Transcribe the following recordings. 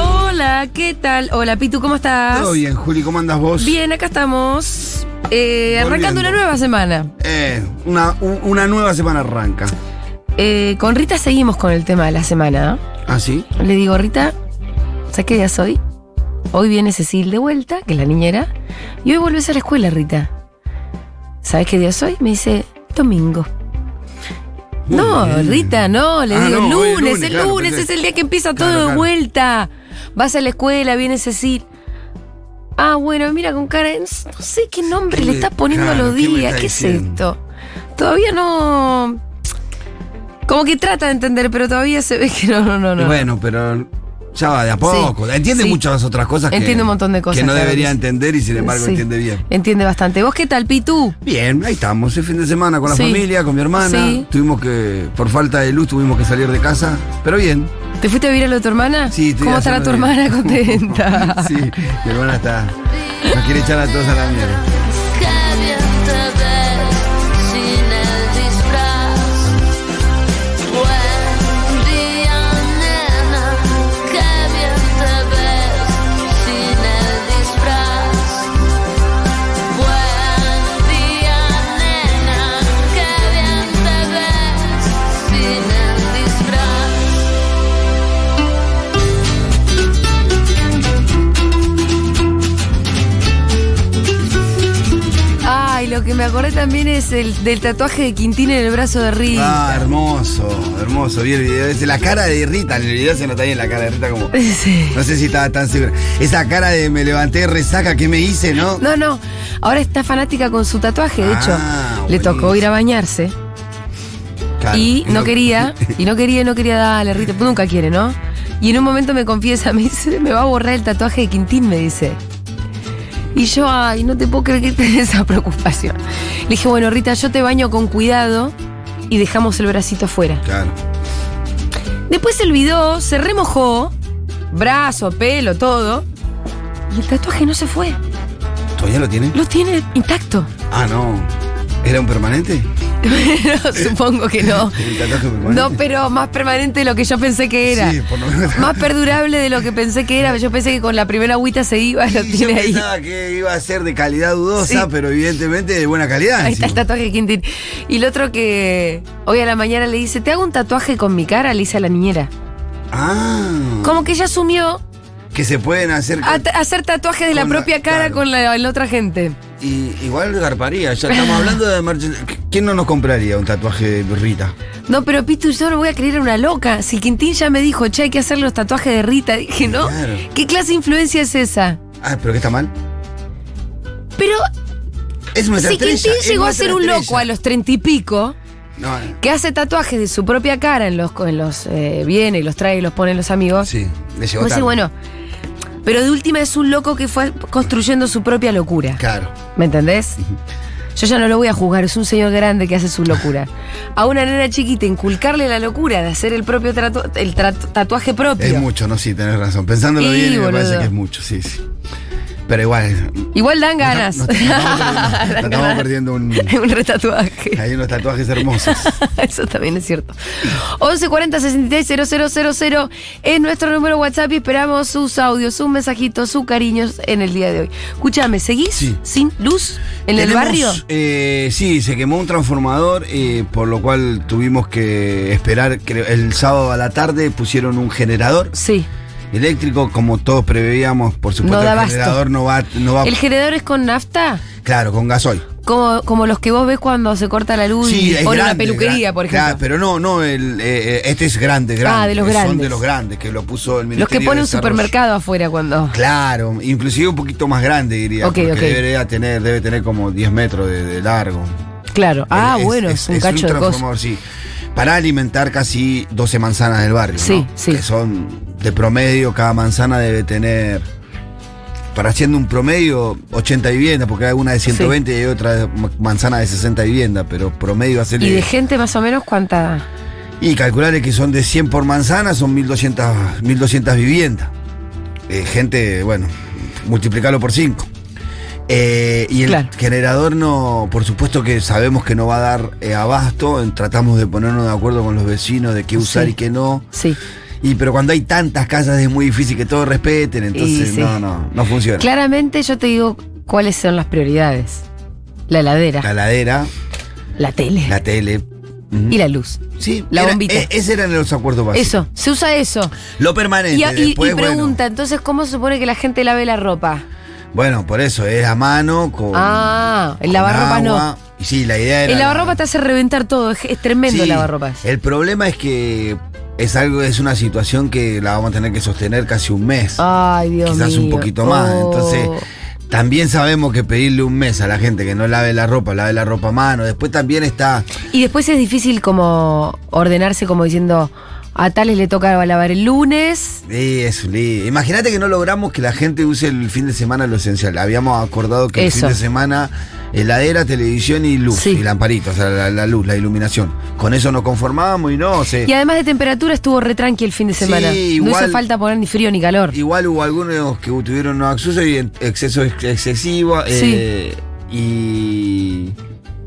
Hola, ¿qué tal? Hola, Pitu, ¿cómo estás? Todo bien, Juli, ¿cómo andas vos? Bien, acá estamos. eh, Volviendo. arrancando una nueva semana. Eh, una, u- una nueva semana arranca. Eh, con Rita seguimos con el tema de la semana. ¿Ah, sí? Le digo, Rita, ¿sabes qué día es hoy? Hoy viene Cecil de vuelta, que es la niñera, y hoy volvés a la escuela, Rita. ¿Sabes qué día es hoy? Me dice, domingo. Muy no, bien. Rita, no, le Ah, digo, no, lunes, hoy es lunes, el claro, lunes pensé- es el día que empieza Claro, todo de claro. vuelta. Vas a la escuela, viene Cecil. Ah, bueno, mira con cara, de, no sé qué nombre ¿Qué le me- está poniendo claro, a los qué me días, está ¿qué es diciendo? esto? Todavía no... Como que trata de entender, pero todavía se ve que no, no, no. Y no. Bueno, pero ya va de a poco. Entiende Sí. muchas otras cosas que, Entiende un montón de cosas, que no claro debería que sí. entender y sin embargo Sí. entiende bien. Entiende bastante. ¿Vos qué tal, Pitu? Bien, ahí estamos, es fin de semana con la Sí. familia, con mi hermana. Sí. Tuvimos que, por falta de luz, tuvimos que salir de casa, pero bien. ¿Te fuiste a vivir a lo de tu hermana? Sí, estoy ¿Cómo estará tu haciendo bien. hermana contenta? sí, mi hermana está. Nos quiere echar a todos a la mierda. Qué bien te ves sin el disfraz. Buen día, nena. Qué bien te ves sin el disfraz. Buen día, nena. Qué bien te ves sin el disfraz. Ay, lo que me acordé también es el del tatuaje de Quintín en el brazo de Rita. Ah, hermoso, hermoso. Vi el video. Es la cara de Rita. En el video se nota bien la cara de Rita como. Sí. No sé si estaba tan segura. Esa cara de me levanté, resaca, ¿qué me hice, no? No, no. Ahora está fanática con su tatuaje, de hecho. Ah, Le buenísimo. tocó ir a bañarse Claro. y no quería, y no quería, y no quería darle Rita. Pues nunca quiere, ¿no? Y en un momento me confiesa, me dice, me va a borrar el tatuaje de Quintín, me dice. Y yo, ay, no te puedo creer que tenés esa preocupación. Le dije, bueno, Rita, yo te baño con cuidado y dejamos el bracito afuera. Claro. Después se olvidó, se remojó, brazo, pelo, todo. Y el tatuaje no se fue. ¿Todavía lo tiene? Lo tiene intacto. Ah, no. ¿Era un permanente? No, supongo que no. ¿El tatuaje permanente? Oh. No, pero más permanente de lo que yo pensé que era. Sí, por lo menos. Más perdurable de lo que pensé que era. Yo pensé que con la primera agüita se iba, lo Sí, tiene yo ahí. pensaba que iba a ser de calidad dudosa, Sí. pero evidentemente de buena calidad. Ahí está el encima. tatuaje de Quintín. Y el otro que hoy a la mañana le dice, te hago un tatuaje con mi cara, le dice a la niñera. Ah. Como que ella asumió Que se pueden hacer. a ta- hacer tatuajes de la Con la- propia cara claro. con la, la otra gente. Y, igual garparía. Ya estamos hablando de merch- ¿Quién no nos compraría un tatuaje de Rita? No, pero Pitu, yo no voy a creer a una loca. Si Quintín ya me dijo, che, hay que hacer los tatuajes de Rita, dije, ¿no? Claro. ¿Qué clase de influencia es esa? Ah, pero que está mal. Pero Es nuestra si Quintín estrella, es llegó a nuestra ser un estrella. loco a los treinta y pico, No, eh, que hace tatuajes de su propia cara en los, en los eh, viene y los trae y los pone en los amigos, sí, le llegó vos decís, tarde. bueno, pero de última es un loco que fue construyendo su propia locura. Claro. ¿Me entendés? Yo ya no lo voy a juzgar, es un señor grande que hace su locura. A una nena chiquita, inculcarle la locura de hacer el propio trato- el trato- tatuaje propio. Es mucho, no, sí, tenés razón. Pensándolo Y, bien, me parece boludo. que es mucho, sí, sí. Pero igual. Igual dan ganas. Nos, nos estamos perdiendo- nos estamos perdiendo un. un retatuaje. Hay unos tatuajes hermosos. Eso también es cierto. 1140 66 000 es nuestro número WhatsApp y esperamos sus audios, sus mensajitos, sus cariños en el día de hoy. Escúchame, ¿seguís Sí. sin luz en el Tenemos, barrio? eh, sí, se quemó un transformador, eh, por lo cual tuvimos que esperar. creo, el sábado a la tarde pusieron un generador Sí. eléctrico, como todos preveíamos. Por supuesto, No da el abasto. generador no va. No va ¿El generador es con nafta? claro, con gasoil. Como, como los que vos ves cuando se corta la luz y es pone una grande, peluquería, gran- por ejemplo. Ah, Claro, pero no, no, el, eh, eh, este es grande, grande. de los Son grandes. de los grandes, que lo puso los el Ministerio que pone de un Desarrollo. supermercado afuera cuando. Claro, inclusive un poquito más grande, diría. Ok, porque ok. Debería tener, debe tener como 10 metros de, de largo. Claro. Ah, Es- bueno, es, un cacho de cosas. transformador, sí. Para alimentar casi 12 manzanas del barrio. Sí, ¿no? sí. Que son de promedio, cada manzana debe tener. Para haciendo un promedio, 80 viviendas, porque hay una de 120 y hay otra de ma- manzana de 60 viviendas, pero promedio hacerle. ¿Y de gente más o menos cuánta? Y calcularle que son de 100 por manzana, son 1200, 1200 viviendas. Eh, gente, bueno, multiplicarlo por 5. y el Claro. generador no, por supuesto que sabemos que no va a dar eh, abasto, en- tratamos de ponernos de acuerdo con los vecinos de qué usar Sí. y qué no. Sí. Y pero cuando hay tantas casas es muy difícil que todos respeten, entonces sí. no, no, no funciona. Claramente yo te digo cuáles son las prioridades. La heladera, La la, ladera, tele la tele. ujú. y la luz. Sí, la era- bombita. e- ese eran los acuerdos básicos. Eso, se usa eso. Lo permanente. Y, y- y después, bueno. pregunta, entonces, ¿cómo se supone que la gente lave la ropa? Bueno, por eso, es a mano, con. ah, el con lavarropa no. agua. Y Sí, la idea era. El lavarropa te hace reventar todo, es, es tremendo Sí, el lavarropas. El problema es que es algo, es una situación que la vamos a tener que sostener casi un mes. Ay, Dios mío. quizás un poquito más. Oh. Entonces, también sabemos que pedirle un mes a la gente que no lave la ropa, lave la ropa a mano. Después también está. Y después es difícil como ordenarse como diciendo, a tales le toca lavar el lunes. Sí, es un lío. Imagínate que no logramos que la gente use el fin de semana lo esencial. Habíamos acordado que Eso. el fin de semana heladera, televisión y luz. Sí. Y lamparitos, o sea, la, la luz, la iluminación. Con eso nos conformábamos y no, se, Y además de temperatura estuvo re tranqui el fin de semana. Sí, No hizo igual- falta poner ni frío ni calor. Igual hubo algunos que tuvieron unos accesos y en- exceso ex- excesivo. eh, y.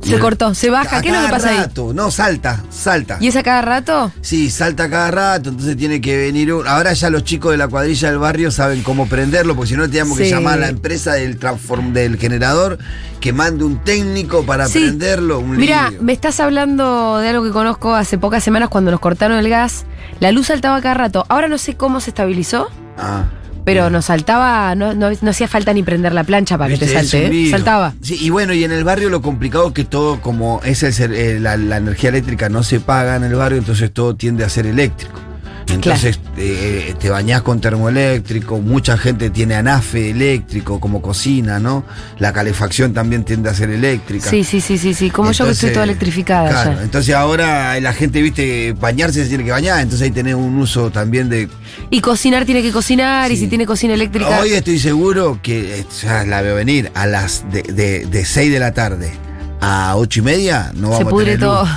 Se cortó, se baja. A ¿Qué es lo que cada pasa ahí? rato. No, salta, salta. ¿Y es a cada rato? Sí, salta cada rato, entonces tiene que venir un- Ahora ya los chicos de la cuadrilla del barrio saben cómo prenderlo, porque si no teníamos que Sí. llamar a la empresa del, transform- del generador que mande un técnico para Sí. prenderlo. Un Mira, lío. me estás hablando de algo que conozco hace pocas semanas cuando nos cortaron el gas. La luz saltaba cada rato. Ahora no sé cómo se estabilizó, Ah. pero nos saltaba, no, no- no hacía falta ni prender la plancha para que te Viste, es salte. un ¿eh? lío. Saltaba. Sí, y bueno, y en el barrio lo complicado es que todo, como es el ser- eh, la, la energía eléctrica no se paga en el barrio, entonces todo tiende a ser eléctrico. Entonces eh, te bañás con termoeléctrico, mucha gente tiene anafe eléctrico como cocina, ¿no? La calefacción también tiende a ser eléctrica. Sí, sí, sí, sí, sí. Como yo que estoy Entonces, toda electrificada claro, ya. Entonces ahora la gente, viste, bañarse se tiene que bañar, entonces ahí tenés un uso también de Y cocinar tiene que cocinar, y Sí. si tiene cocina eléctrica. Hoy estoy seguro que eh, ya la veo venir a las de, de, 6 de la tarde a 8 y media no vamos se a pudre tener luz. todo.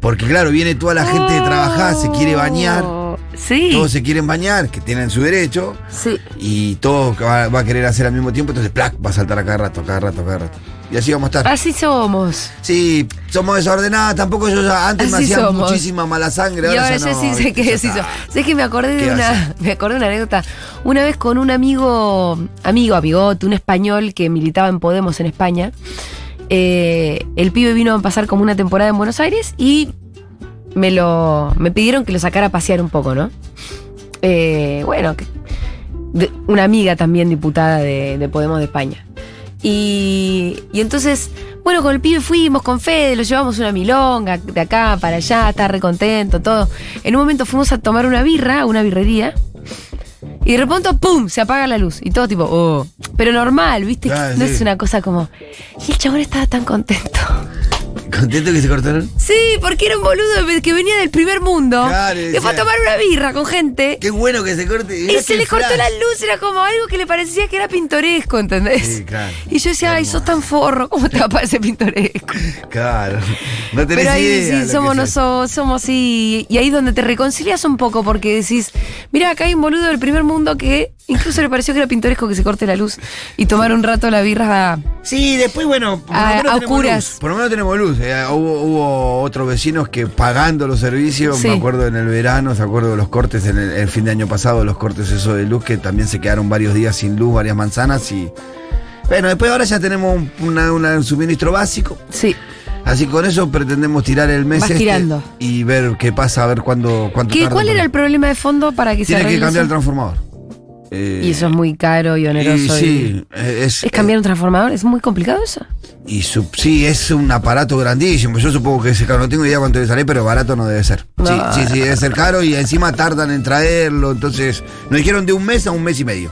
Porque claro, viene toda la gente de trabajar, se quiere bañar, Oh. Sí. todos se quieren bañar, que tienen su derecho, Sí. y todo va, va a querer hacer al mismo tiempo, entonces plac, va a saltar a cada rato, a cada rato, a cada rato. Y así vamos a estar. Así somos. Sí, somos desordenados, tampoco yo ya, antes me Así hacían somos. muchísima mala sangre, y ahora, ahora ya yo no, sí sé viste, qué ya es eso. está. Sé que me acordé ¿Qué de va a una, me acordé de una anécdota. Una vez con un amigo, amigo, amigote, un español que militaba en Podemos en España. eh, el pibe vino a pasar como una temporada en Buenos Aires y me lo. me pidieron que lo sacara a pasear un poco, ¿no? Eh, bueno, que- de- una amiga también diputada de, de Podemos de España. Y, y entonces, bueno, con el pibe fuimos con Fede, lo llevamos una milonga de acá para allá, está re contento, todo. En un momento fuimos a tomar una birra, a una birrería. Y de repente, ¡pum! Se apaga la luz. Y todo tipo, oh. Pero normal, ¿viste? Ah, no sí. es una cosa como. Y el chabón estaba tan contento. ¿Contento que se cortaron? Sí, porque era un boludo que venía del primer mundo. Claro, que fue a decía- tomar una birra con gente. Qué bueno que se corte. Y mirá se qué le cortó flash. la luz, era como algo que le parecía que era pintoresco, ¿entendés? Sí, claro. Y yo decía, ay, sos tan forro, ¿cómo te va a parecer pintoresco? Claro. No tenés Pero ahí idea. lo decís, que somos es eso. nosotros, somos sí. Y ahí es donde te reconcilias un poco porque decís, mira, acá hay un boludo del primer mundo que incluso le pareció que era pintoresco que se corte la luz y tomar un rato la birra. Sí, después, bueno, por Ah, lo menos a tenemos oscuras. luz. Por lo menos tenemos luz. Eh, hubo, hubo otros vecinos que pagando los servicios, Sí. me acuerdo en el verano, se acuerdo de los cortes en el, el fin de año pasado, los cortes eso de luz, que también se quedaron varios días sin luz, varias manzanas y. Bueno, después ahora ya tenemos un- una- una- un suministro básico. Sí. Así que con eso pretendemos tirar el mes Vas este tirando. y ver qué pasa, a ver cuándo, cuánto ¿Qué, tarda ¿Cuál con- era el problema de fondo para que se Tiene que arregle cambiar el eso? transformador. Eh, Y eso es muy caro y y oneroso. sí, eh, es, y- ¿Es cambiar un transformador? ¿Es muy complicado eso? Y su- sí, es un aparato grandísimo. Yo supongo que ese caro, no tengo idea cuánto le sale, pero barato no debe ser. Sí, No. sí, sí, debe ser caro y encima tardan en traerlo. Entonces, nos dijeron de un mes a un mes y medio.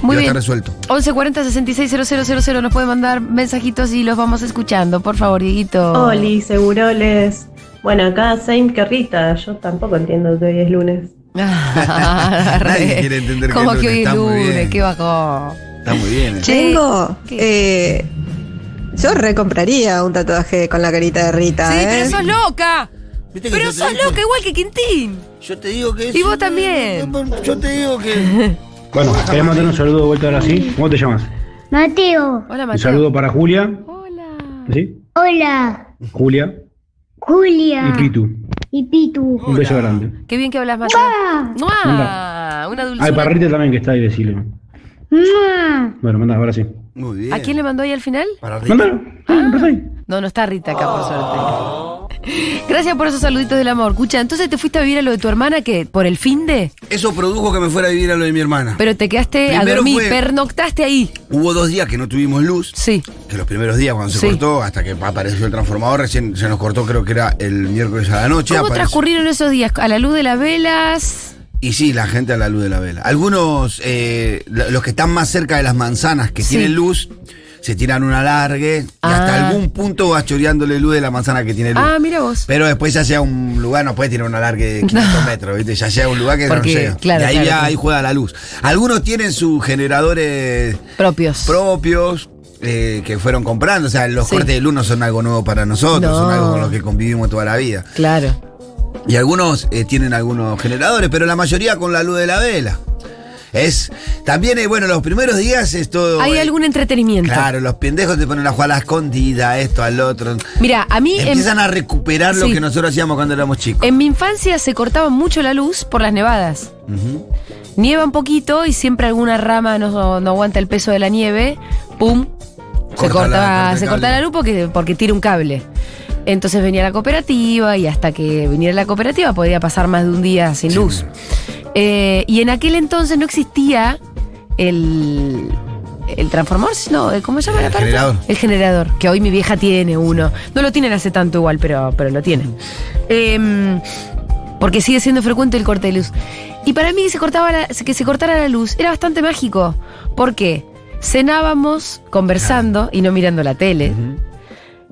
Muy ya bien. está resuelto. 1140 000 nos puede mandar mensajitos y los vamos escuchando. Por favor, Dieguito. Oli, seguroles. Bueno, acá Saint Rita, yo tampoco entiendo que hoy es lunes. Nadie quiere entender que Como es que hoy es lunes, está muy lunes, bien. qué bajón. Está muy bien. eh. Che, Tengo. eh, yo recompraría un tatuaje con la carita de Rita. Sí, ¿eh? pero sos loca. Viste que Pero yo te sos dije- loca igual que Quintín. Yo te digo que es Y vos un- también. Yo te digo que. Bueno, queremos mandar un saludo de vuelta ahora sí. ¿Cómo te llamas? Mateo, Hola, Un Mateo. saludo para Julia, Hola. ¿sí? hola, Julia Julia, y Pitu. y Titu. Un beso grande. Qué bien que hablas más. ¡Mua! ¡Mua! Una dulzura. Hay parrita también que está ahí, decirle. ¡Mua! Bueno, manda, ahora sí. Muy bien. ¿A quién le mandó ahí al final? Para Rita. Mándalo. Ah, empezá ahí. No, no está Rita acá, por suerte. Gracias por esos saluditos del amor. Escucha, entonces te fuiste a vivir a lo de tu hermana que por el fin de, Eso produjo que me fuera a vivir a lo de mi hermana. pero te quedaste a Primero dormir, fue- pernoctaste ahí. Hubo dos días que no tuvimos luz. Sí. Que los primeros días cuando se Sí. cortó, hasta que apareció el transformador, recién se nos cortó, creo que era el miércoles a la noche. ¿Cómo apareció- transcurrieron esos días? A la luz de las velas. Y sí, la gente a la luz de la vela. Algunos, eh, la- los que están más cerca de las manzanas que Sí. tienen luz, se tiran un alargue y Ah. hasta algún punto vas choreándole luz de la manzana que tiene luz. Ah, mira vos. Pero después ya sea un lugar, no puede tirar un alargue de 500 metros, ¿viste? Ya sea un lugar que Porque, no llega. claro, y ahí, claro, ya- claro. ahí juega la luz. Algunos tienen sus generadores Propios. propios. eh, que fueron comprando, o sea, los Sí. cortes de luz no son algo nuevo para nosotros, No. son algo con lo que convivimos toda la vida. claro. Y algunos eh, tienen algunos generadores, pero la mayoría con la luz de la vela. Es también, eh, bueno, los primeros días es todo. ¿Hay eh, algún entretenimiento? Claro, los pendejos te ponen a jugar a la escondida, esto, al otro. Mira, a mí en, Empiezan a recuperar lo em Sí. que nosotros hacíamos cuando éramos chicos. en mi infancia se cortaba mucho la luz por las nevadas. Ujú. Nieva un poquito y siempre alguna rama no, no aguanta el peso de la nieve. ¡Pum! Eh, se Corta la- cortaba, corta el se cable. cortaba la luz porque, porque tira un cable. Entonces venía la cooperativa y hasta que viniera la cooperativa podía pasar más de un día sin luz. Eh, y en aquel entonces no existía el, el transformador, no, ¿cómo se llama El la parte? generador. El generador, que hoy mi vieja tiene uno. No lo tienen hace tanto igual, pero, pero lo tienen. Em, porque sigue siendo frecuente el corte de luz. Y para mí que se, cortaba la- que se cortara la luz era bastante mágico. Porque cenábamos conversando y no mirando la tele.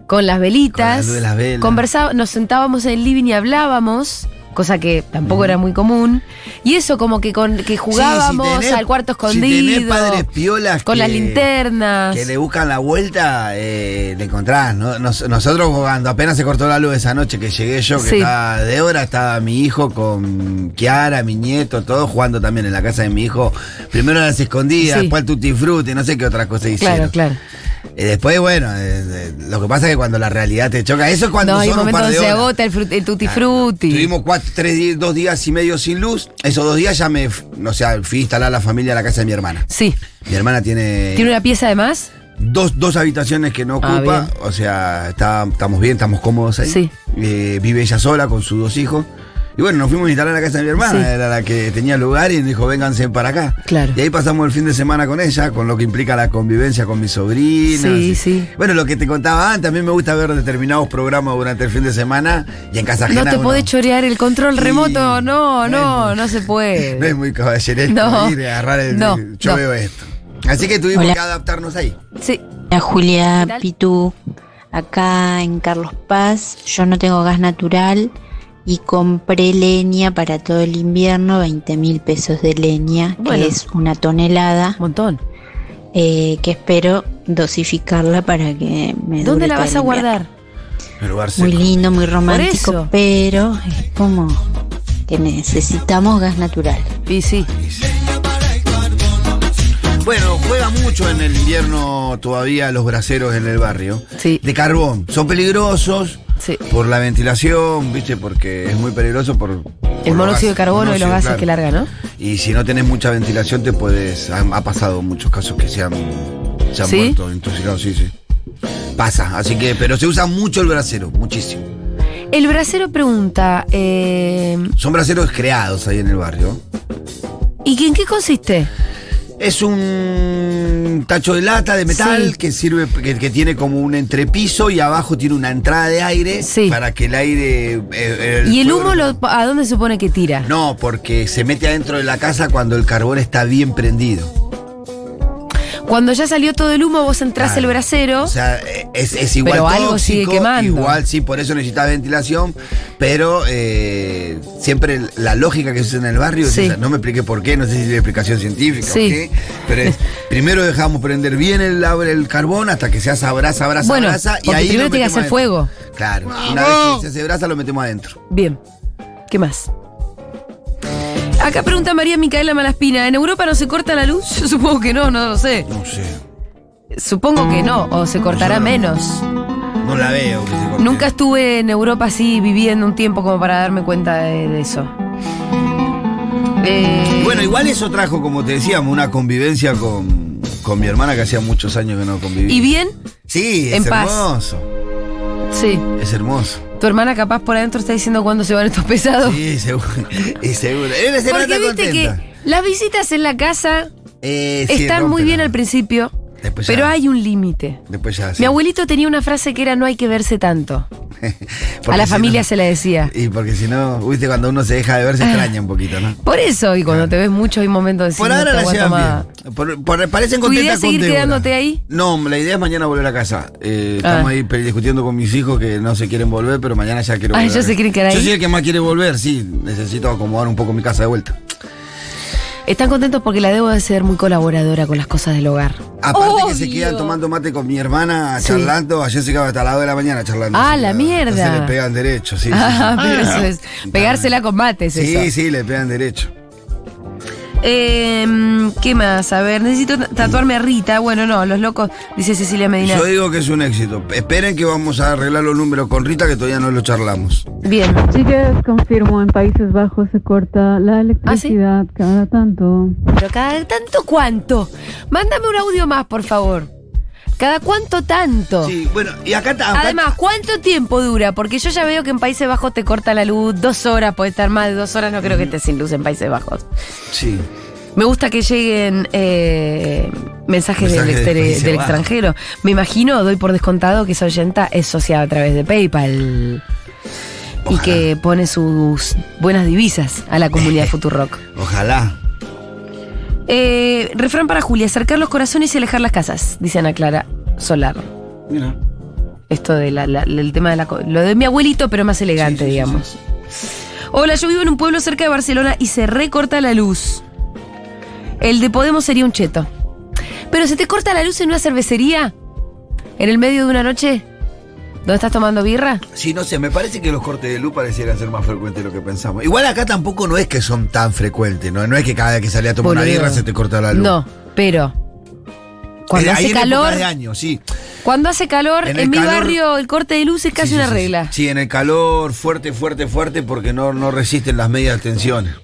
Con las velitas. Con la luz de las velas. conversá- nos sentábamos en el living y hablábamos. Cosa que tampoco era muy común. Y eso como que, con, que jugábamos Sí, si tenés- al cuarto si escondido. tenés padres piolas con que- las linternas. Que le buscan la vuelta, eh, le encontrás. ¿no? Nos- nosotros cuando apenas se cortó la luz esa noche que llegué yo, que Sí. estaba de hora, estaba mi hijo con Kiara, mi nieto, todos jugando también en la casa de mi hijo. Primero las escondidas, Sí. después el tutti frutti, no sé qué otras cosas Claro, hicieron. claro. Y después, bueno, eh, eh, lo que pasa es que cuando la realidad te choca, eso es cuando no, hay son un momentos par de donde se horas. agota el, frut- el tutti frutti. Tuvimos cuatro, tres, di- dos días y medio sin luz. Esos dos días ya me, no sé, fui a instalar la familia a la casa de mi hermana. Sí. Mi hermana tiene, ¿Tiene una pieza de más? dos, dos habitaciones que no Ah, ocupa. bien. o sea, está- estamos bien, estamos cómodos ahí. Sí. Eh, vive ella sola con sus dos hijos. Y bueno, nos fuimos a instalar a la casa de mi hermana, Sí. era la que tenía lugar y nos dijo, vénganse para acá. Claro. Y ahí pasamos el fin de semana con ella, con lo que implica la convivencia con mis sobrinas. Sí, Y- sí. Bueno, lo que te contaba antes, a mí me gusta ver determinados programas durante el fin de semana y en casa ajena. No te uno- podés chorear el control Sí. remoto. No, no, Bueno. no se puede. No es muy caballeresco No. ir a agarrar el... No, Yo no. veo esto. Así que tuvimos que adaptarnos ahí. Sí. Hola Julia ¿Qué tal? Pitu, acá en Carlos Paz, yo no tengo gas natural y compré leña para todo el invierno, 20 mil pesos de leña, Bueno. que es una tonelada, Montón. eh, que espero dosificarla para que me ¿Dónde dure la todo vas el a invierno. guardar? El lugar Muy seco. lindo, muy romántico, eso. pero es como que necesitamos gas natural. Y sí. Bueno, juega mucho en el invierno todavía los braseros en el barrio. Sí. De carbón. Son peligrosos Sí. por la ventilación, ¿viste? Porque es muy peligroso por. por El monóxido los gases. de carbono y los Monóxido, gases claro. que larga, ¿no? Y si no tenés mucha ventilación, te puedes. Ha, ha pasado muchos casos que se han, se han ¿Sí? muerto intoxicados, sí, sí. Pasa, así que. Pero se usa mucho el brasero, muchísimo. El bracero pregunta, eh, Son braseros creados ahí en el barrio. ¿y que- en qué consiste? Es un tacho de lata de metal Sí. que sirve, que, que tiene como un entrepiso y abajo tiene una entrada de aire Sí. para que el aire. eh, ¿Y el fuego humo lo- a dónde se supone que tira? No, porque se mete adentro de la casa cuando el carbón está bien prendido. Cuando ya salió todo el humo, vos entrás Claro. el bracero. O sea, eh, es, es igual Pero tóxico, algo sigue quemando. igual sí, por eso necesitas ventilación, pero eh, siempre la lógica que se usa en el barrio es Sí. esa. No me expliqué por qué, no sé si hay explicación científica Sí. o qué, pero es, primero dejamos prender bien el, el carbón hasta que se hace brasa, brasa, Bueno, brasa, y porque ahí primero lo tiene que metemos hacer fuego. adentro. Claro, una vez que se hace brasa lo metemos adentro. Bien. ¿Qué más? Acá pregunta María Micaela Malaspina, ¿en Europa no se corta la luz? Yo supongo que no, no lo sé. No sé. Supongo que no, o se cortará menos. No la veo. que se corte. Nunca estuve en Europa así viviendo un tiempo como para darme cuenta de, de eso. Eh, Y Bueno, igual eso trajo, como te decíamos, una convivencia con, con mi hermana que hacía muchos años que no convivía. ¿Y bien? Sí, es En paz. hermoso. Sí. Es hermoso. Tu hermana capaz por adentro está diciendo cuándo se van estos pesados. Sí, seguro. Y seguro. Él se Oh. Porque nota viste contenta. que las visitas en la casa Eh, sí, están muy rompe bien la- al principio, Después Pues ya- pero hay un límite. Después ya. sí. Mi abuelito tenía una frase que era no hay que verse tanto. Porque a la si familia no- se Ah. la decía. Y porque si no, viste, cuando uno se deja de ver se extraña un poquito, ¿no? Por eso, y cuando te ves mucho hay momentos de decir, Por "No, ahora esta la guata llevan ma-". bien. Por, por- parecen ¿Tu contentas idea es seguir con Débora. quedándote ahí? No, la idea es mañana volver a casa. Eh, Ah. Estamos ahí pe- discutiendo con mis hijos que no se quieren volver, pero mañana ya quiero Ah, volver. ¿ellos se quieren quedar Yo ahí? soy el que más quiere volver, sí. Necesito acomodar un poco mi casa de vuelta. Están contentos porque la debo de ser muy colaboradora con las cosas del hogar. Aparte que se Obvio. quedan tomando mate con mi hermana, Sí. charlando. Ayer se quedaba hasta las 2 de la mañana charlando. Ah, Sí, la mierda. Entonces le pegan derecho, sí. sí, Ah, sí. pero eso es. Pegársela con mates, Sí, eso. sí, le pegan derecho. Em, ¿Qué más? A ver, necesito ta- tatuarme a Rita. Bueno, no, los locos, dice Cecilia Medina. Yo digo que es un éxito. Esperen que vamos a arreglar los números con Rita, que todavía no lo charlamos. Bien. Chicas, confirmo, en Países Bajos se corta la electricidad cada tanto. Pero cada tanto cuánto. Mándame un audio más, por favor. Cada cuánto tanto. Sí, ah, bueno, y acá, ta- acá- Además, ¿cuánto tiempo dura? Porque yo ya veo que en Países Bajos te corta la luz dos horas, puede estar más de dos horas, no creo que estés sin luz en Países Bajos. Sí. Me gusta que lleguen eh, mensajes del, Mensajes de exter- Países del Bajos. extranjero. Me imagino, doy por descontado que esa oyenta es sociada a través de PayPal y Ojalá. que pone sus buenas divisas a la comunidad Futurock. Ojalá. Eh, refrán para Julia, acercar los corazones y alejar las casas, dice Ana Clara Solar. Mira. Esto de la- la- el tema de la... co- Lo de mi abuelito, pero más elegante, digamos. Hola, yo vivo en un pueblo cerca de Barcelona y se recorta la luz. El de Podemos sería un cheto. Pero se te corta la luz en una cervecería, en el medio de una noche, donde estás tomando birra. Sí, no sé, me parece que los cortes de luz parecieran ser más frecuentes de lo que pensamos. Igual acá tampoco no es que son tan frecuentes, ¿no? No es que cada vez que salía a tomar una Boludo. birra se te corta la luz. No, pero... Cuando Eh, hay hace en calor, épocas de año, sí. cuando hace calor, en, En el mi calor- barrio el corte de luz es casi Sí, sí, una sí, sí. regla. Sí, en el calor fuerte, fuerte, fuerte, porque no, no resisten las medias tensiones.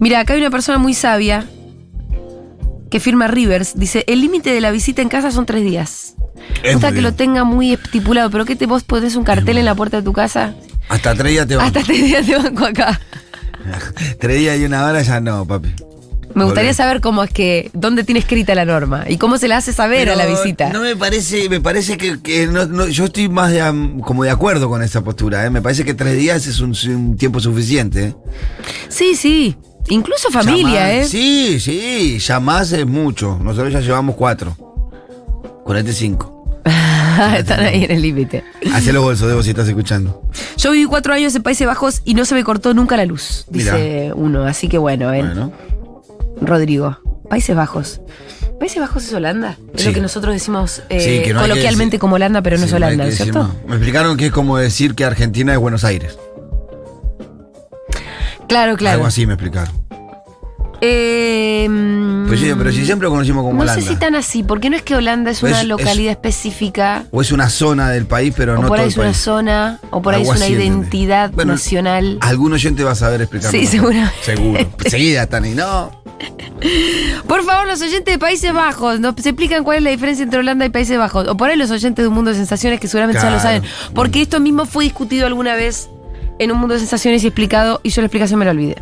Mira, acá hay una persona muy sabia que firma Rivers. Dice, el límite de la visita en casa son tres días. Me Es gusta muy que bien. lo tenga muy estipulado, pero ¿qué te vos pones un cartel en la puerta de tu casa? Hasta tres días te van. Hasta tres días de banco acá. Tres días y una hora ya no, papi. Me gustaría Volvemos. saber cómo es que, dónde tiene escrita la norma y cómo se la hace saber a la Pero visita. No me parece, me parece que, que no- no- yo estoy más de, am- como de acuerdo con esa postura. ¿eh? Me parece que tres días es un, un tiempo suficiente. ¿eh? Sí, sí. Incluso familia, Llamás- ¿eh? Sí, sí, ya más es mucho. Nosotros ya llevamos cuatro. Con este cinco. Están ahí en el límite. Hacé los bolsos, Debo, si estás escuchando. Yo viví cuatro años en Países Bajos y no se me cortó nunca la luz, Mirá. dice uno. Así que bueno, ¿eh? Bueno, Rodrigo. Países Bajos. Países Bajos es Holanda. Es Sí. lo que nosotros decimos eh, Sí, que no hay que coloquialmente decir- como Holanda, pero no sí, es hay Holanda, que ¿no es decir cierto? más. Me explicaron que es como decir que Argentina es Buenos Aires. Claro, claro. Algo así me explicaron. Eh, mm, Pues sí, pero si siempre lo conocimos como no Holanda. sé si tan así, porque no es que Holanda es Pues una es- localidad específica, O es una zona del país, pero o no por todo ahí el es una país. zona, o por ahí es Algo una así, ¿entendés? identidad Bueno, nacional. Algún oyente va a saber explicarlo. Sí, mejor. seguramente. Seguro. Seguida, Tani, no. Por favor, los oyentes de Países Bajos, nos explican cuál es la diferencia entre Holanda y Países Bajos. O por ahí los oyentes de Un Mundo de Sensaciones, que seguramente ya lo Claro. saben. Porque esto mismo fue discutido alguna vez en Un Mundo de Sensaciones y explicado, y yo la explicación me la olvidé.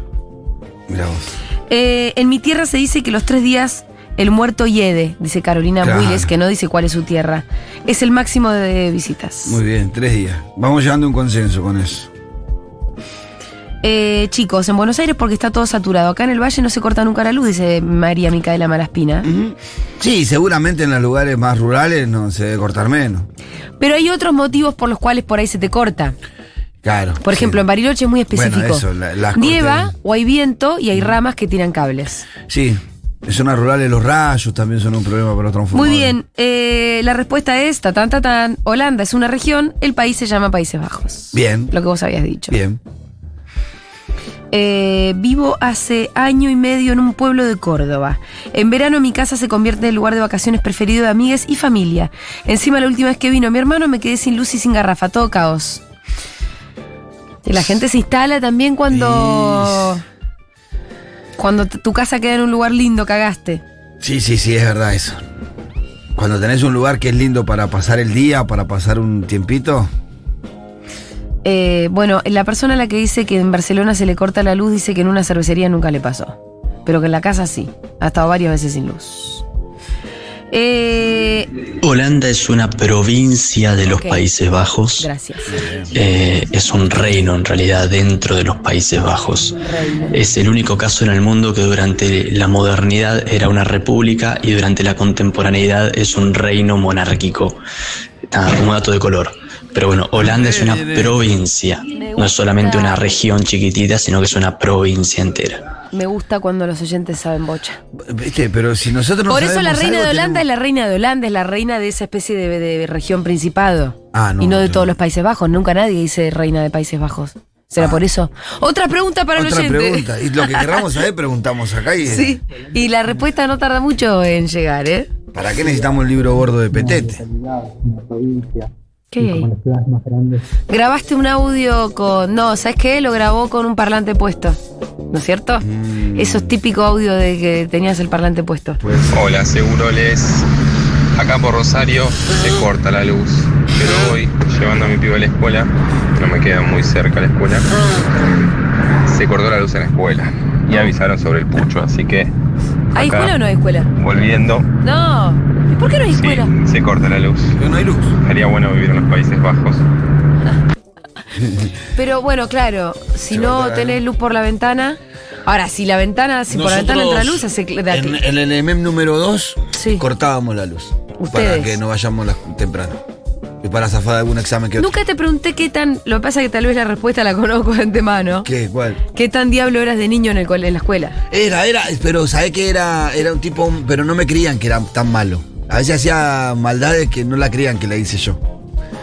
Mira vos. Eh, en mi tierra se dice que los tres días el muerto hiede, dice Carolina Claro. Builes, que no dice cuál es su tierra. Es el máximo de visitas. Muy bien, tres días. Vamos llegando a un consenso con eso. Eh, chicos, en Buenos Aires porque está todo saturado. Acá en el valle no se corta nunca la luz, dice María Micaela Malaspina. Sí, seguramente en los lugares más rurales no se debe cortar menos. Pero hay otros motivos por los cuales por ahí se te corta. Claro. Por ejemplo, sí. en Bariloche es muy específico. Bueno, eso, la- las Nieva cortes- Mm. o hay viento y hay ramas que tiran cables. Sí, en zonas rurales los rayos también son un problema para los transformadores. Muy bien, eh, la respuesta es ta, tan, ta, tan. Holanda es una región, el país se llama Países Bajos. Bien. Lo que vos habías dicho. Bien. Eh, vivo hace año y medio en un pueblo de Córdoba. En verano mi casa se convierte en el lugar de vacaciones preferido de amigues y familia. Encima la última vez que vino mi hermano me quedé sin luz y sin garrafa, todo caos. Y la gente se instala también cuando... Cuando t- tu casa queda en un lugar lindo, cagaste. Sí, sí, sí, es verdad eso. Cuando tenés un lugar que es lindo para pasar el día, para pasar un tiempito, Eh, bueno, la persona a la que dice que en Barcelona se le corta la luz dice que en una cervecería nunca le pasó. Pero que en la casa sí. Ha estado varias veces sin luz. Eh, Holanda es una provincia de los Ok. Países Bajos. gracias. Eh, es un reino en realidad dentro de los Países Bajos. Es el único caso en el mundo que durante la modernidad era una república y durante la contemporaneidad es un reino monárquico. Nada, como dato de color. Pero bueno, Holanda es una provincia. No es solamente una región chiquitita, sino que es una provincia entera. Me gusta cuando los oyentes saben bocha. viste, pero si nosotros no Por eso la sabemos reina algo, de Holanda tenemos- es la reina de Holanda, es la reina de esa especie de, de región principado. Ah, y no de yo- todos los Países Bajos. Nunca nadie dice reina de Países Bajos. ¿Será Ah. por eso? Otra pregunta para Otra el oyente. pregunta. Y lo que queramos saber, preguntamos acá. Y, Sí, y la respuesta no tarda mucho en llegar, ¿eh? ¿Para qué necesitamos el libro gordo de Petete? ¿Qué hay ahí? Grabaste un audio con. No, ¿sabes qué? Lo grabó con un parlante puesto. ¿No es cierto? Mm. Eso es típico audio de que tenías el parlante puesto. Hola, Seguroles. Acá por Rosario se corta la luz, pero hoy, llevando a mi pibe a la escuela, no me queda muy cerca la escuela, se cortó la luz en la escuela y avisaron sobre el pucho, así que ¿Hay Acá. escuela o no hay escuela? volviendo, No. ¿Y ¿Por qué no hay sí, escuela? se corta la luz. no hay luz. Sería bueno vivir en los Países Bajos. Pero bueno, claro, si Se corta no la tenés luz por la ventana. Ahora, si la ventana, si por la ventana entra luz, hace cl- de En, aquí. en el MM número 2 Sí. cortábamos la luz. Para Ustedes. que no vayamos las- temprano. Y para zafar de algún examen que otro. Nunca te pregunté qué tan. Lo que pasa es que tal vez la respuesta la conozco de antemano. ¿Qué? ¿Cuál? ¿Qué tan diablo eras de niño en, el, cole- en la escuela? Era, era, pero sabés que era, era un tipo, pero no me creían que era tan malo. A veces hacía maldades que no la creían que la hice yo.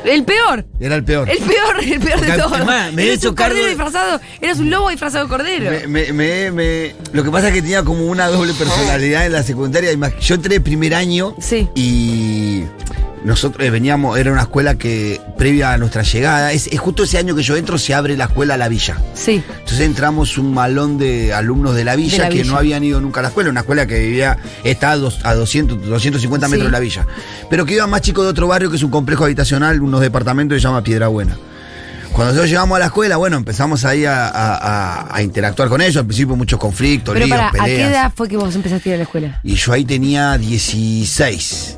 ¡El peor! Era el peor. El peor, el peor de Porque, todos. es más, me he eres hecho un cargo cordero de- disfrazado, eras un lobo disfrazado de cordero. Me- me- me- me- Lo que pasa es que tenía como una doble personalidad en la secundaria. Imag- Yo entré primer año Sí. y nosotros eh, veníamos, era una escuela que previa a nuestra llegada, es, es justo ese año que yo entro, se abre la escuela a la villa. Sí. Entonces entramos un malón de alumnos de la villa De la que villa. no habían ido nunca a la escuela, una escuela que vivía, está a, dos- a 200, 250 metros Sí. de la villa, pero que iban más chicos de otro barrio que es un complejo habitacional, unos departamentos que se llama Piedra Buena. Cuando nosotros llegamos a la escuela, bueno, empezamos ahí a, a- a- a interactuar con ellos, al principio muchos conflictos, Pero líos, para, ¿a qué peleas. edad fue que vos empezaste a ir a la escuela? Y yo ahí tenía 16.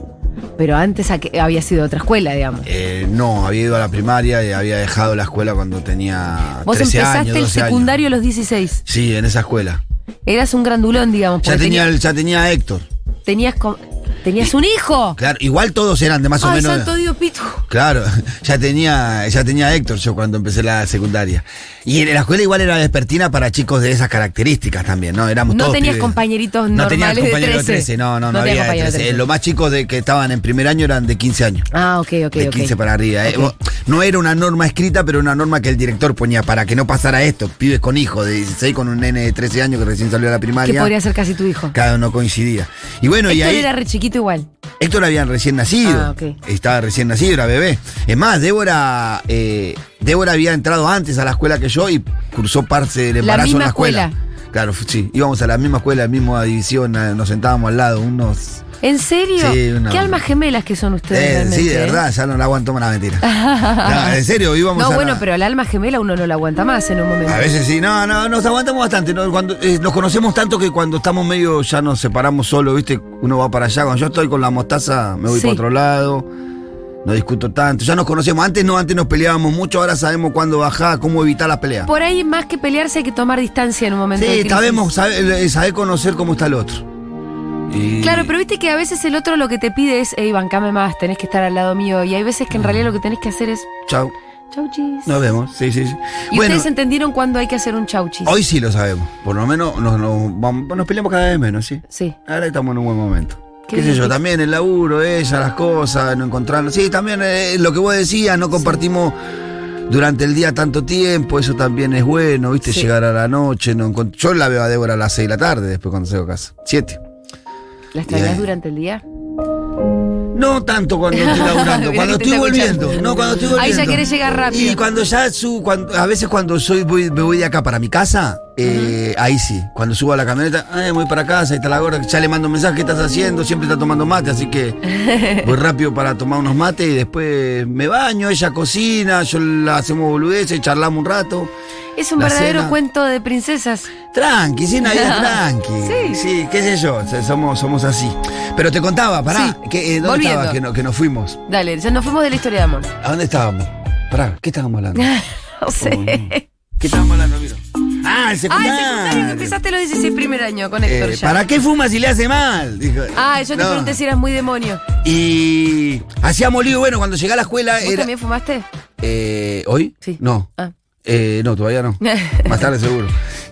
Pero antes a que había sido otra escuela, digamos. Eh, no, había ido a la primaria y había dejado la escuela cuando tenía Vos 13 empezaste años, el 12 años. secundario a los 16. Sí, en esa escuela. Eras un grandulón, digamos. Ya porque tenía, tenías, el- ya tenía a Héctor. tenías, co- tenías un hijo. Claro, igual todos eran de más o Ay, menos. santo Dios, Pitu. Claro, ya tenía, ya tenía a Héctor yo cuando empecé la secundaria. Y en la escuela igual era despertina para chicos de esas características también, ¿no? Éramos No todos tenías pibes. compañeritos No tenías normales de compañeros de 13. 13, no, no, no, No tenías había de compañeros de 13. 13. Los más chicos de que estaban en primer año eran de 15 años. Ah, ok, ok, de ok. 15 para arriba. eh. Ok. Bueno, No era una norma escrita, pero una norma que el director ponía para que no pasara esto. Pibes con hijos de 16 con un nene de 13 años que recién salió de la Que primaria. podría ser casi tu hijo. Cada uno coincidía. Y bueno, y Héctor ahí. era re chiquito igual. Héctor había recién nacido. Ah, ok. Estaba recién nacido, era bebé. Es más, Débora, eh, Débora había entrado antes a la escuela que yo y cursó parte del embarazo misma en la escuela. Claro, fu- sí. Íbamos a la misma escuela, misma división, a- nos sentábamos al lado, unos. ¿En serio? Sí, una- Qué almas gemelas que son ustedes Eh, realmente. sí, de ¿eh? verdad, ya no la aguanto más la mentira. No, en serio, íbamos No, a. la- bueno, pero el alma gemela uno no la aguanta más en un momento. A veces sí, no, no, nos aguantamos bastante. ¿no? Cuando, eh, nos conocemos tanto que cuando estamos medio ya nos separamos solo, ¿viste? Uno va para allá. Cuando yo estoy con la mostaza, me voy Sí. para otro lado. No discuto tanto. Ya nos conocemos. Antes no, antes nos peleábamos mucho. Ahora sabemos cuándo bajar, cómo evitar las peleas. Por ahí, más que pelearse, hay que tomar distancia en un momento. de sí, crisis. sabemos, sabe, eh, sabe conocer cómo está el otro. Y- Claro, pero viste que a veces el otro lo que te pide es, hey, bancame más, tenés que estar al lado mío. Y hay veces que en realidad lo que tenés que hacer es, Chau, chau chis. nos vemos. Sí, sí, sí. y Bueno, ustedes entendieron cuándo hay que hacer un chau chis. hoy sí lo sabemos. Por lo menos nos, nos, vamos- nos peleamos cada vez menos, ¿sí? Sí. Ahora estamos en un buen momento. Qué Qué, sé bien. yo, también el laburo, ella, las cosas, no encontrarnos. Sí, también eh, lo que vos decías, no compartimos durante el día tanto tiempo, eso también es bueno, ¿viste? Sí. Llegar a la noche. No encont- Yo la veo a Débora a las 6 de la tarde, después cuando salgo a casa. 7. ¿La extrañas Bien. durante el día? No tanto cuando estoy laburando, Mira cuando que te estoy está volviendo. escuchando. No, cuando estoy Ahí volviendo. ya querés llegar rápido. Y cuando ya su, cuando- a veces cuando soy, voy- me voy de acá para mi casa, eh, ahí sí. Cuando subo a la camioneta, "Ay, voy para casa, ahí está la gorda, ya le mando un mensaje, ¿qué estás haciendo? Siempre está tomando mate, así que voy rápido para tomar unos mates y después me baño, ella cocina, yo la hacemos boludeces, charlamos un rato. Es un La verdadero cena. cuento de princesas. Tranqui, sí, una vida tranqui. Sí. qué sé yo, se- somos, somos así. Pero te contaba, pará, Sí. que, eh, ¿dónde Volviendo. estabas que, no- que nos fuimos? Dale, ya nos fuimos de la historia de amor. ¿A dónde estábamos? Pará, ¿qué estábamos hablando? Ah. no sé. ¿Qué estábamos hablando, Miro? Ah, el secundario. Ah, el secundario que empezaste los 16 primer año con Héctor Eh, ya. ¿Para qué fuma si le hace mal? Dijo. Ah, yo te No. pregunté si eras muy demonio. Y hacíamos lío, bueno, cuando llegué a la escuela ¿Vos era... también fumaste? Eh, ¿Hoy? Sí. No. Ah. Eh, no, todavía no. Más tarde seguro.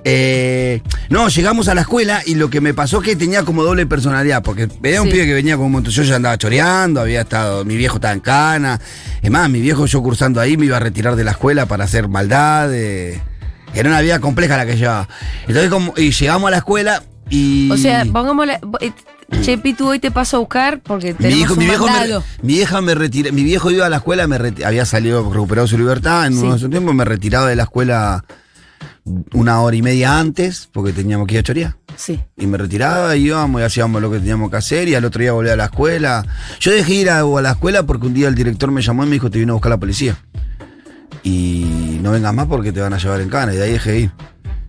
Eh, no, llegamos a la escuela y lo que me pasó que tenía como doble personalidad, porque veía un Sí. pibe que venía con un montón, yo ya andaba choreando, había estado, mi viejo estaba en cana, es más, mi viejo yo cursando ahí me iba a retirar de la escuela para hacer maldad, eh, era una vida compleja la que llevaba. Entonces como, y llegamos a la escuela y... O sea, pongámosle. eh, Che, Pitu, hoy te paso a buscar porque Mi, tenemos viejo, un mi, viejo me, mandado. mi vieja me retiró, mi viejo iba a la escuela, me reti- había salido, recuperado su libertad en Sí. un, un tiempo, me retiraba de la escuela una hora y media antes, porque teníamos que ir a chorear. Sí. Y me retiraba, íbamos y hacíamos lo que teníamos que hacer, y al otro día volvía a la escuela. Yo dejé ir a, a la escuela porque un día el director me llamó y me dijo, te vino a buscar la policía. Y no vengas más porque te van a llevar en cana, y de ahí dejé de ir.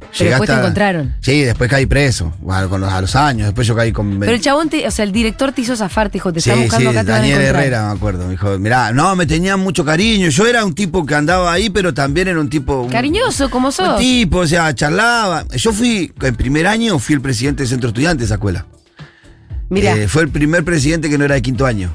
Pero Llegué después te hasta- encontraron. Sí, después caí preso, a, con los, a los años, después yo caí con... Pero el chabón, te, o sea, el director te hizo zafar, te dijo, te Sí, está sí, buscando acá, te van a Daniel encontrar. Herrera, me acuerdo. Me dijo, mirá, no, me tenía mucho cariño. Yo era un tipo que andaba ahí, pero también era un tipo. un- Cariñoso, como sos. Un tipo, o sea, charlaba. Yo fui, en primer año, fui el presidente del centro estudiante de esa escuela. Mirá, Eh, fue el primer presidente que no era de quinto año.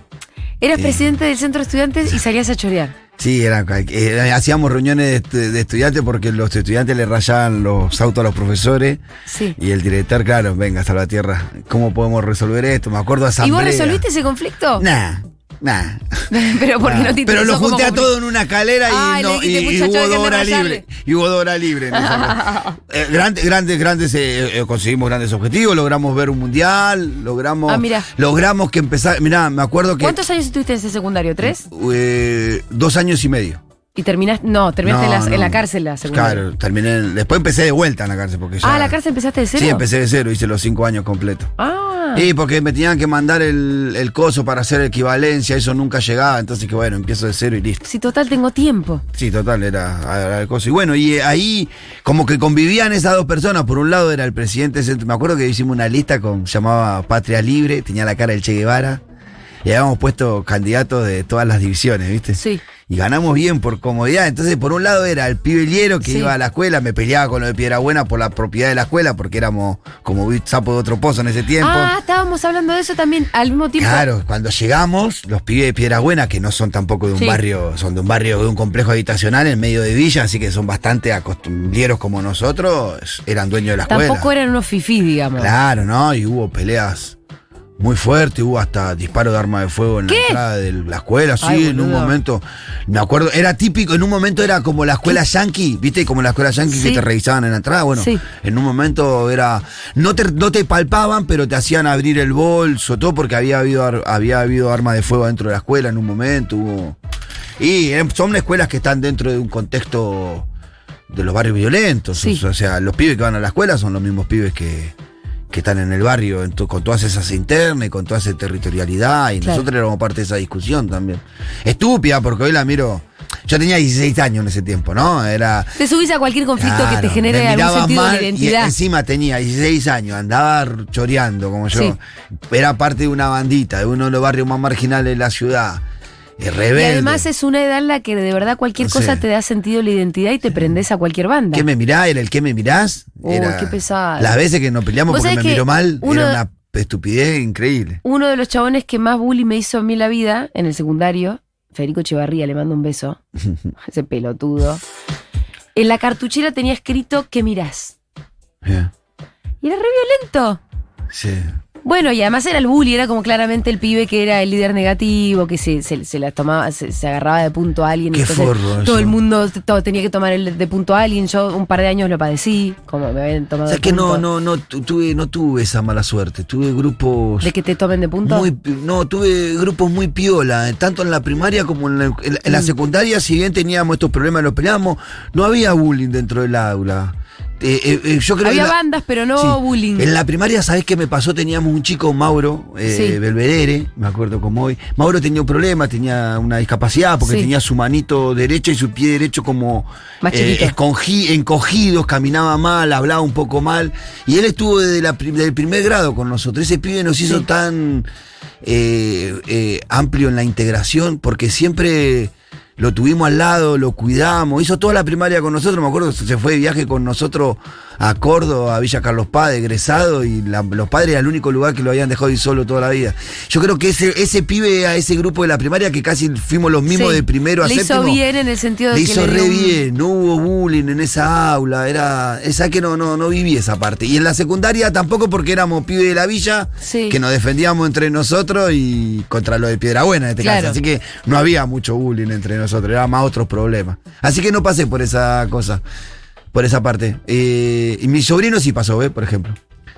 eras eh. presidente del centro de estudiantes y salías a chorear. Sí, era, eh, hacíamos reuniones de, estu- de estudiantes porque los estudiantes le rayaban los autos a los profesores. Sí. Y el director, claro, venga, hasta la tierra. ¿Cómo podemos resolver esto? Me acuerdo a ¿Y vos resolviste ese conflicto? Nah, nah. Pero porque Ah, no te Pero interesó lo como junté a conflicto. todo en una calera y, Ay, le no, dijiste, y- y muchacho, hubo dejen de dos horas rayarle. libre. Y hubo dos horas libres. en esa- Eh, grandes, grandes, grandes, eh, eh, conseguimos grandes objetivos, logramos ver un mundial, logramos, Ah, mirá. logramos que empezar. Mirá, me acuerdo que ¿Cuántos años estuviste en ese secundario? ¿Tres? eh, dos años y medio. Y terminaste. No, terminaste No, en, la, en no. la cárcel la secundaria. Claro, terminé. en- Después empecé de vuelta en la cárcel porque ya. Ah, ¿la cárcel empezaste de cero? Sí, empecé de cero, hice los cinco años completos. Ah. Y porque me tenían que mandar el, el coso para hacer equivalencia, eso nunca llegaba, entonces que bueno, empiezo de cero y listo. Si total tengo tiempo. Sí, total, era, era el coso. Y bueno, y eh, ahí como que convivían esas dos personas. Por un lado era el presidente, del centro- me acuerdo que hicimos una lista con, se llamaba Patria Libre, tenía la cara del Che Guevara. Y habíamos puesto candidatos de todas las divisiones, ¿viste? Sí. Y ganamos bien por comodidad. Entonces, por un lado era el pibeliero que Sí. iba a la escuela, me peleaba con lo de Piedra Buena por la propiedad de la escuela, porque éramos como sapo de otro pozo en ese tiempo. Ah, estábamos hablando de eso también al mismo tiempo. Claro, cuando llegamos, los pibes de Piedra Buena, que no son tampoco de un Sí. barrio, son de un barrio, de un complejo habitacional en medio de villa, así que son bastante acostumbreros como nosotros, eran dueños de la escuela. Tampoco eran unos fifís, digamos. Claro, ¿no? Y hubo peleas muy fuertes, hubo hasta disparos de arma de fuego en ¿Qué? la entrada de la escuela, sí, Ay, en un boludo. momento, me acuerdo, era típico, en un momento era como la escuela yankee, ¿viste? Como la escuela yankee Sí. que te revisaban en la entrada, bueno, Sí. en un momento era, no te, no te palpaban, pero te hacían abrir el bolso, todo porque había habido, ar- había habido arma de fuego dentro de la escuela en un momento, hubo... Y eh, son escuelas que están dentro de un contexto de los barrios violentos. Sí. O sea, los pibes que van a la escuela son los mismos pibes que, que están en el barrio, en to- con todas esas internas y con toda esa territorialidad. Y Claro. nosotros éramos parte de esa discusión también. Estúpida, porque hoy la miro. Yo tenía 16 años en ese tiempo, ¿no? Era. Te subís a cualquier conflicto Claro, que te genere me algún miraban sentido mal de y identidad. encima tenía 16 años, andaba choreando como yo. Sí. Era parte de una bandita, de uno de los barrios más marginales de la ciudad. eh, Y Rebelde. además es una edad en la que de verdad cualquier No cosa sé. te da sentido la identidad y te prendes a cualquier banda. ¿Qué me mirás? Era el que me mirás. Uy, Era- qué pesado. Las veces que nos peleamos Vos porque me sabés que miró mal, uno- era una estupidez increíble. Uno de los chabones que más bullying me hizo a mí en la vida, en el secundario, Federico Echevarría, le mando un beso, ese pelotudo. En la cartuchera tenía escrito que mirás. Yeah, Y era re violento. sí. Bueno, y además era el bully, era como claramente el pibe que era el líder negativo, que se, se, se la tomaba, se, se agarraba de punto a alguien. Qué entonces forro eso. todo el mundo t- todo tenía que tomar el de punto a alguien. Yo un par de años lo padecí, como me habían tomado. O sea de que no, punto. no, no, tu- tuve, no tuve esa mala suerte. Tuve grupos. ¿De que te tomen de punto? Muy, pi- no, tuve grupos muy piola, eh, tanto en la primaria como en la, en la- en la Mm. secundaria, si bien teníamos estos problemas, los peleamos, no había bullying dentro del aula. Eh, eh, eh, yo creo que Había la- bandas, pero no sí. bullying. En la primaria, ¿sabés qué me pasó? Teníamos un chico, Mauro eh, Sí. Belvedere, me acuerdo como hoy. Mauro tenía un problema, tenía una discapacidad, porque Sí. tenía su manito derecha y su pie derecho como eh, Más chiquito. escongi- encogidos, caminaba mal, hablaba un poco mal. Y él estuvo desde la pri- del primer grado con nosotros. Ese pibe nos hizo tan eh, eh, amplio en la integración, porque siempre lo tuvimos al lado, lo cuidamos, hizo toda la primaria con nosotros, me acuerdo, se fue de viaje con nosotros a Córdoba, a Villa Carlos Paz, de egresado, y la- los padres era el único lugar que lo habían dejado ir solo toda la vida. Yo creo que ese, ese pibe a ese grupo de la primaria, que casi fuimos los mismos Sí. de primero a Le séptimo, hizo bien en el sentido de le que hizo le re dio un- bien, no hubo bullying en esa aula, era, esa que no, no, no viví esa parte. Y en la secundaria tampoco porque éramos pibe de la villa, Sí. que nos defendíamos entre nosotros y contra lo de Piedra Buena en este Claro. caso. Así que no había mucho bullying entre nosotros, era más otros problemas. Así que no pasé por esa cosa, por esa parte. Eh, y mi sobrino sí pasó, ¿ves? Por ejemplo.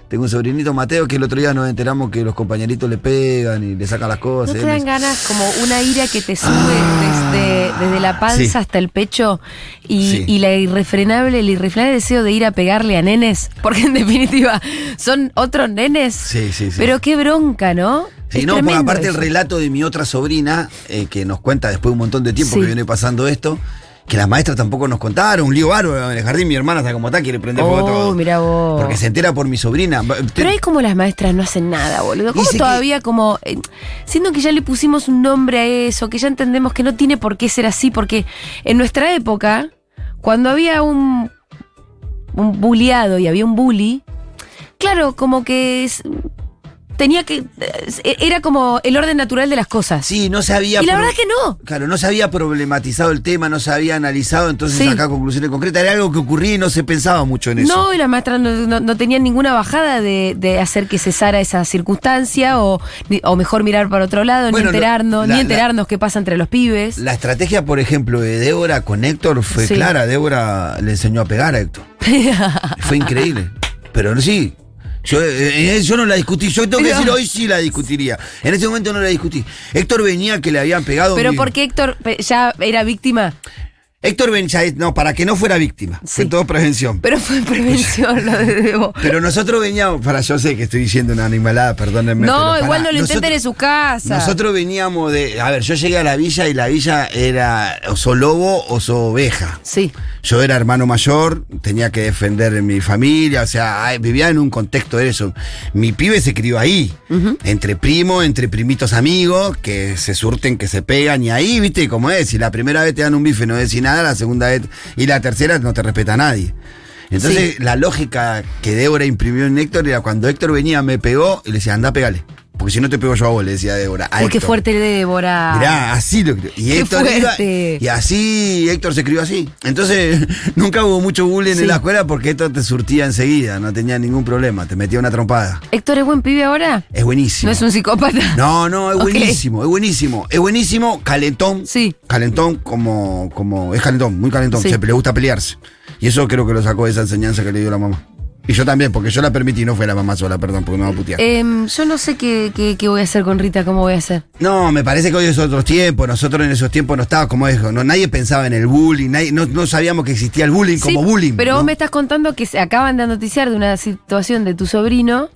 Tengo un sobrinito Mateo que el otro día nos enteramos que los compañeritos le pegan y le sacan las ¿No cosas. te Él dan es- ganas como una ira que te sube Ah. desde, desde la panza Sí. hasta el pecho y, Sí. y la irrefrenable, el irrefrenable deseo de ir a pegarle a nenes? Porque en definitiva son otros nenes. Sí, sí, sí. Pero qué bronca, ¿no? Sí, Es no, porque tremendo aparte el eso. relato de mi otra sobrina, eh, que nos cuenta después de un montón de tiempo Sí. que viene pasando esto, que las maestras tampoco nos contaron, un lío bárbaro en el jardín, mi hermana está como está, quiere prender fuego a Oh, todo. mira vos. Porque se entera por mi sobrina. Va- te- Pero hay como las maestras no hacen nada, boludo. ¿Cómo Dice que- todavía como. eh, siendo que ya le pusimos un nombre a eso, que ya entendemos que no tiene por qué ser así, porque en nuestra época, cuando había un. un bulleado y había un bully, claro, como que. es- tenía que. eh, era como el orden natural de las cosas. Sí, no se había... y la pro- verdad que no. Claro, no se había problematizado el tema, no se había analizado, entonces Sí. acá conclusiones concretas. Era algo que ocurría y no se pensaba mucho en eso. No, y las maestras no, no- no tenían ninguna bajada de, de hacer que cesara esa circunstancia o, ni- o mejor mirar para otro lado, Bueno, ni lo- enterarnos, la- ni la- enterarnos qué pasa entre los pibes. La estrategia, por ejemplo, de Débora con Héctor fue Sí. clara. Débora le enseñó a pegar a Héctor. Fue increíble. Pero sí. Yo, eh, eh, yo no la discutí. Yo tengo que Pero- decir hoy sí la discutiría. En ese momento no la discutí. Héctor venía que le habían pegado. Pero mi- porque Héctor pe- ya era víctima, Héctor venía. No, para que no fuera víctima. Fue todo prevención. pero fue prevención lo de Debo. Pero nosotros veníamos. Para, yo sé que estoy diciendo una animalada, perdónenme. pero No, pará, igual no lo intenten nosotros- en su casa. Nosotros veníamos de. A ver, yo llegué a la villa y la villa era oso lobo, oso oveja. Sí. Yo era hermano mayor, tenía que defender mi familia, o sea, ay, vivía en un contexto de eso. Mi pibe se crió ahí, entre primos, entre primitos amigos, que se surten, que se pegan, y ahí, viste, como es, si la primera vez te dan un bife y no decís nada, la segunda vez y la tercera no te respeta a nadie. Entonces, la lógica que Débora imprimió en Héctor era cuando Héctor venía, me pegó y le decía, anda, pegale. Porque si no te pego yo a vos, le decía Débora. a Uy, qué Héctor. fuerte Débora. Mirá, así lo crió. Y Ah. Qué Héctor iba- fuerte. y así Héctor se crió así. Entonces, nunca hubo mucho bullying Sí. en la escuela porque Héctor te surtía enseguida, no tenía ningún problema, te metía una trompada. ¿Héctor es buen pibe ahora? Es buenísimo. ¿No es un psicópata? No, no, es Ok. buenísimo, es buenísimo, es buenísimo, calentón. Sí. Calentón como, como, es calentón, muy calentón, Sí. se, le gusta pelearse. Y eso creo que lo sacó de esa enseñanza que le dio la mamá. Y yo también, porque yo la permití, no fue la mamá sola, perdón, porque me va a putear. Em, yo no sé qué, qué- qué voy a hacer con Rita, cómo voy a hacer. No, me parece que hoy es otros tiempos. Nosotros en esos tiempos no estábamos como eso. No, nadie pensaba en el bullying. nadie- no, no sabíamos que existía el bullying Sí, como bullying. Pero ¿no? vos me estás contando que se acaban de noticiar de una situación de tu sobrino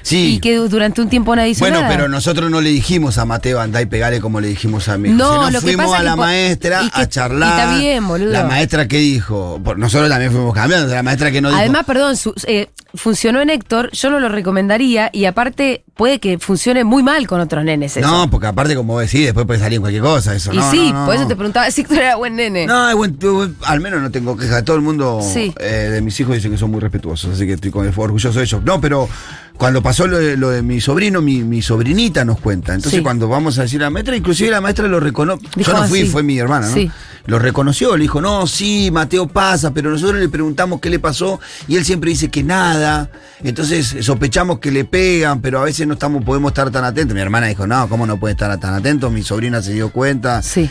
Sí. y que du- durante un tiempo nadie hizo bueno, nada. pero nosotros no le dijimos a Mateo andá y pegale como le dijimos a mí. No, Sino lo que fuimos pasa a que la po- maestra y que- a charlar. y está bien, boludo. La maestra que dijo. Por- Nosotros también fuimos cambiando. La maestra que no dijo. Además, perdón, su- eh, funcionó en Héctor, yo no lo recomendaría y aparte puede que funcione muy mal con otros nenes. eso. no, porque aparte, como decís, después puede salir cualquier cosa. Eso. y no, sí, no, no, por eso no. te preguntaba si Héctor era buen nene. No, es buen- buen- al menos no tengo quejas. Todo el mundo Sí. eh, de mis hijos dice que son muy respetuosos, así que estoy con- orgulloso de ellos. No, pero Cuando pasó lo de, lo de mi sobrino, mi, mi sobrinita nos cuenta. Entonces, Sí. cuando vamos a decir a la maestra, inclusive la maestra lo reconoce. Dijo, Yo no ah, fui, sí. fue mi hermana, ¿no? Sí. Lo reconoció, le dijo, no, sí, Mateo pasa, pero nosotros le preguntamos qué le pasó y él siempre dice que nada. Entonces sospechamos que le pegan, pero a veces no estamos, podemos estar tan atentos. Mi hermana dijo, no, ¿cómo no puede estar tan atento? Mi sobrina se dio cuenta. Sí.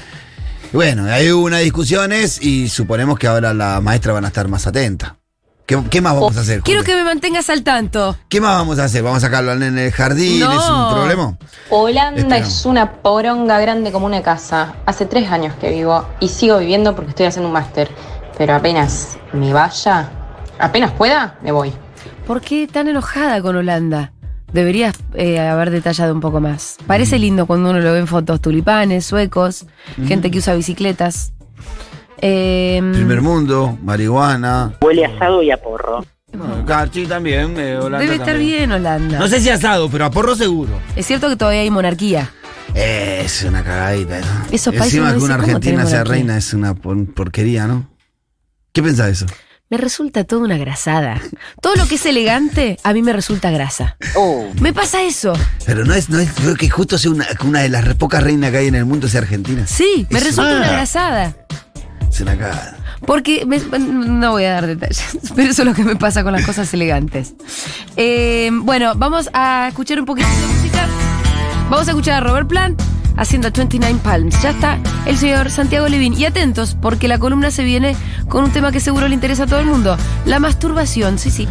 Bueno, ahí hubo unas discusiones y suponemos que ahora la maestra van a estar más atenta. ¿Qué, qué más vamos a hacer? Oh, Quiero Juli? que me mantengas al tanto. ¿Qué más vamos a hacer? ¿Vamos a sacarlo en el jardín? No. ¿Es un problema? Holanda Esperamos. es una poronga grande como una casa. Hace tres años que vivo y sigo viviendo porque estoy haciendo un máster. Pero apenas me vaya, apenas pueda, me voy. ¿Por qué tan enojada con Holanda? Deberías eh, haber detallado un poco más. Mm. Parece lindo cuando uno lo ve en fotos, tulipanes, suecos, gente que usa bicicletas. Eh, Primer mundo, marihuana. Huele asado y a porro. Carchi también, eh, Holanda debe estar también. bien Holanda. No sé si asado, pero a porro seguro. Es cierto que todavía hay monarquía. Es una cagadita. ¿no? Esos países Encima no que una dicen, ¿cómo Argentina tenemos sea aquí? reina es una por- porquería, ¿no? ¿Qué pensás de eso? Me resulta toda una grasada. Todo lo que es elegante, a mí me resulta grasa. Me pasa eso. Pero no es, no es, creo que justo sea una, una de las re- pocas reinas que hay en el mundo sea argentina. Sí, me Es resulta una grasada. Es una cagada. Porque me- no voy a dar detalles, pero eso es lo que me pasa con las cosas elegantes. Eh, bueno, vamos a escuchar un poquito de música. Vamos a escuchar a Robert Plant haciendo 29 Palms. Ya está el señor Santiago Levin. Y atentos, porque la columna se viene con un tema que seguro le interesa a todo el mundo: la masturbación. Sí, sí.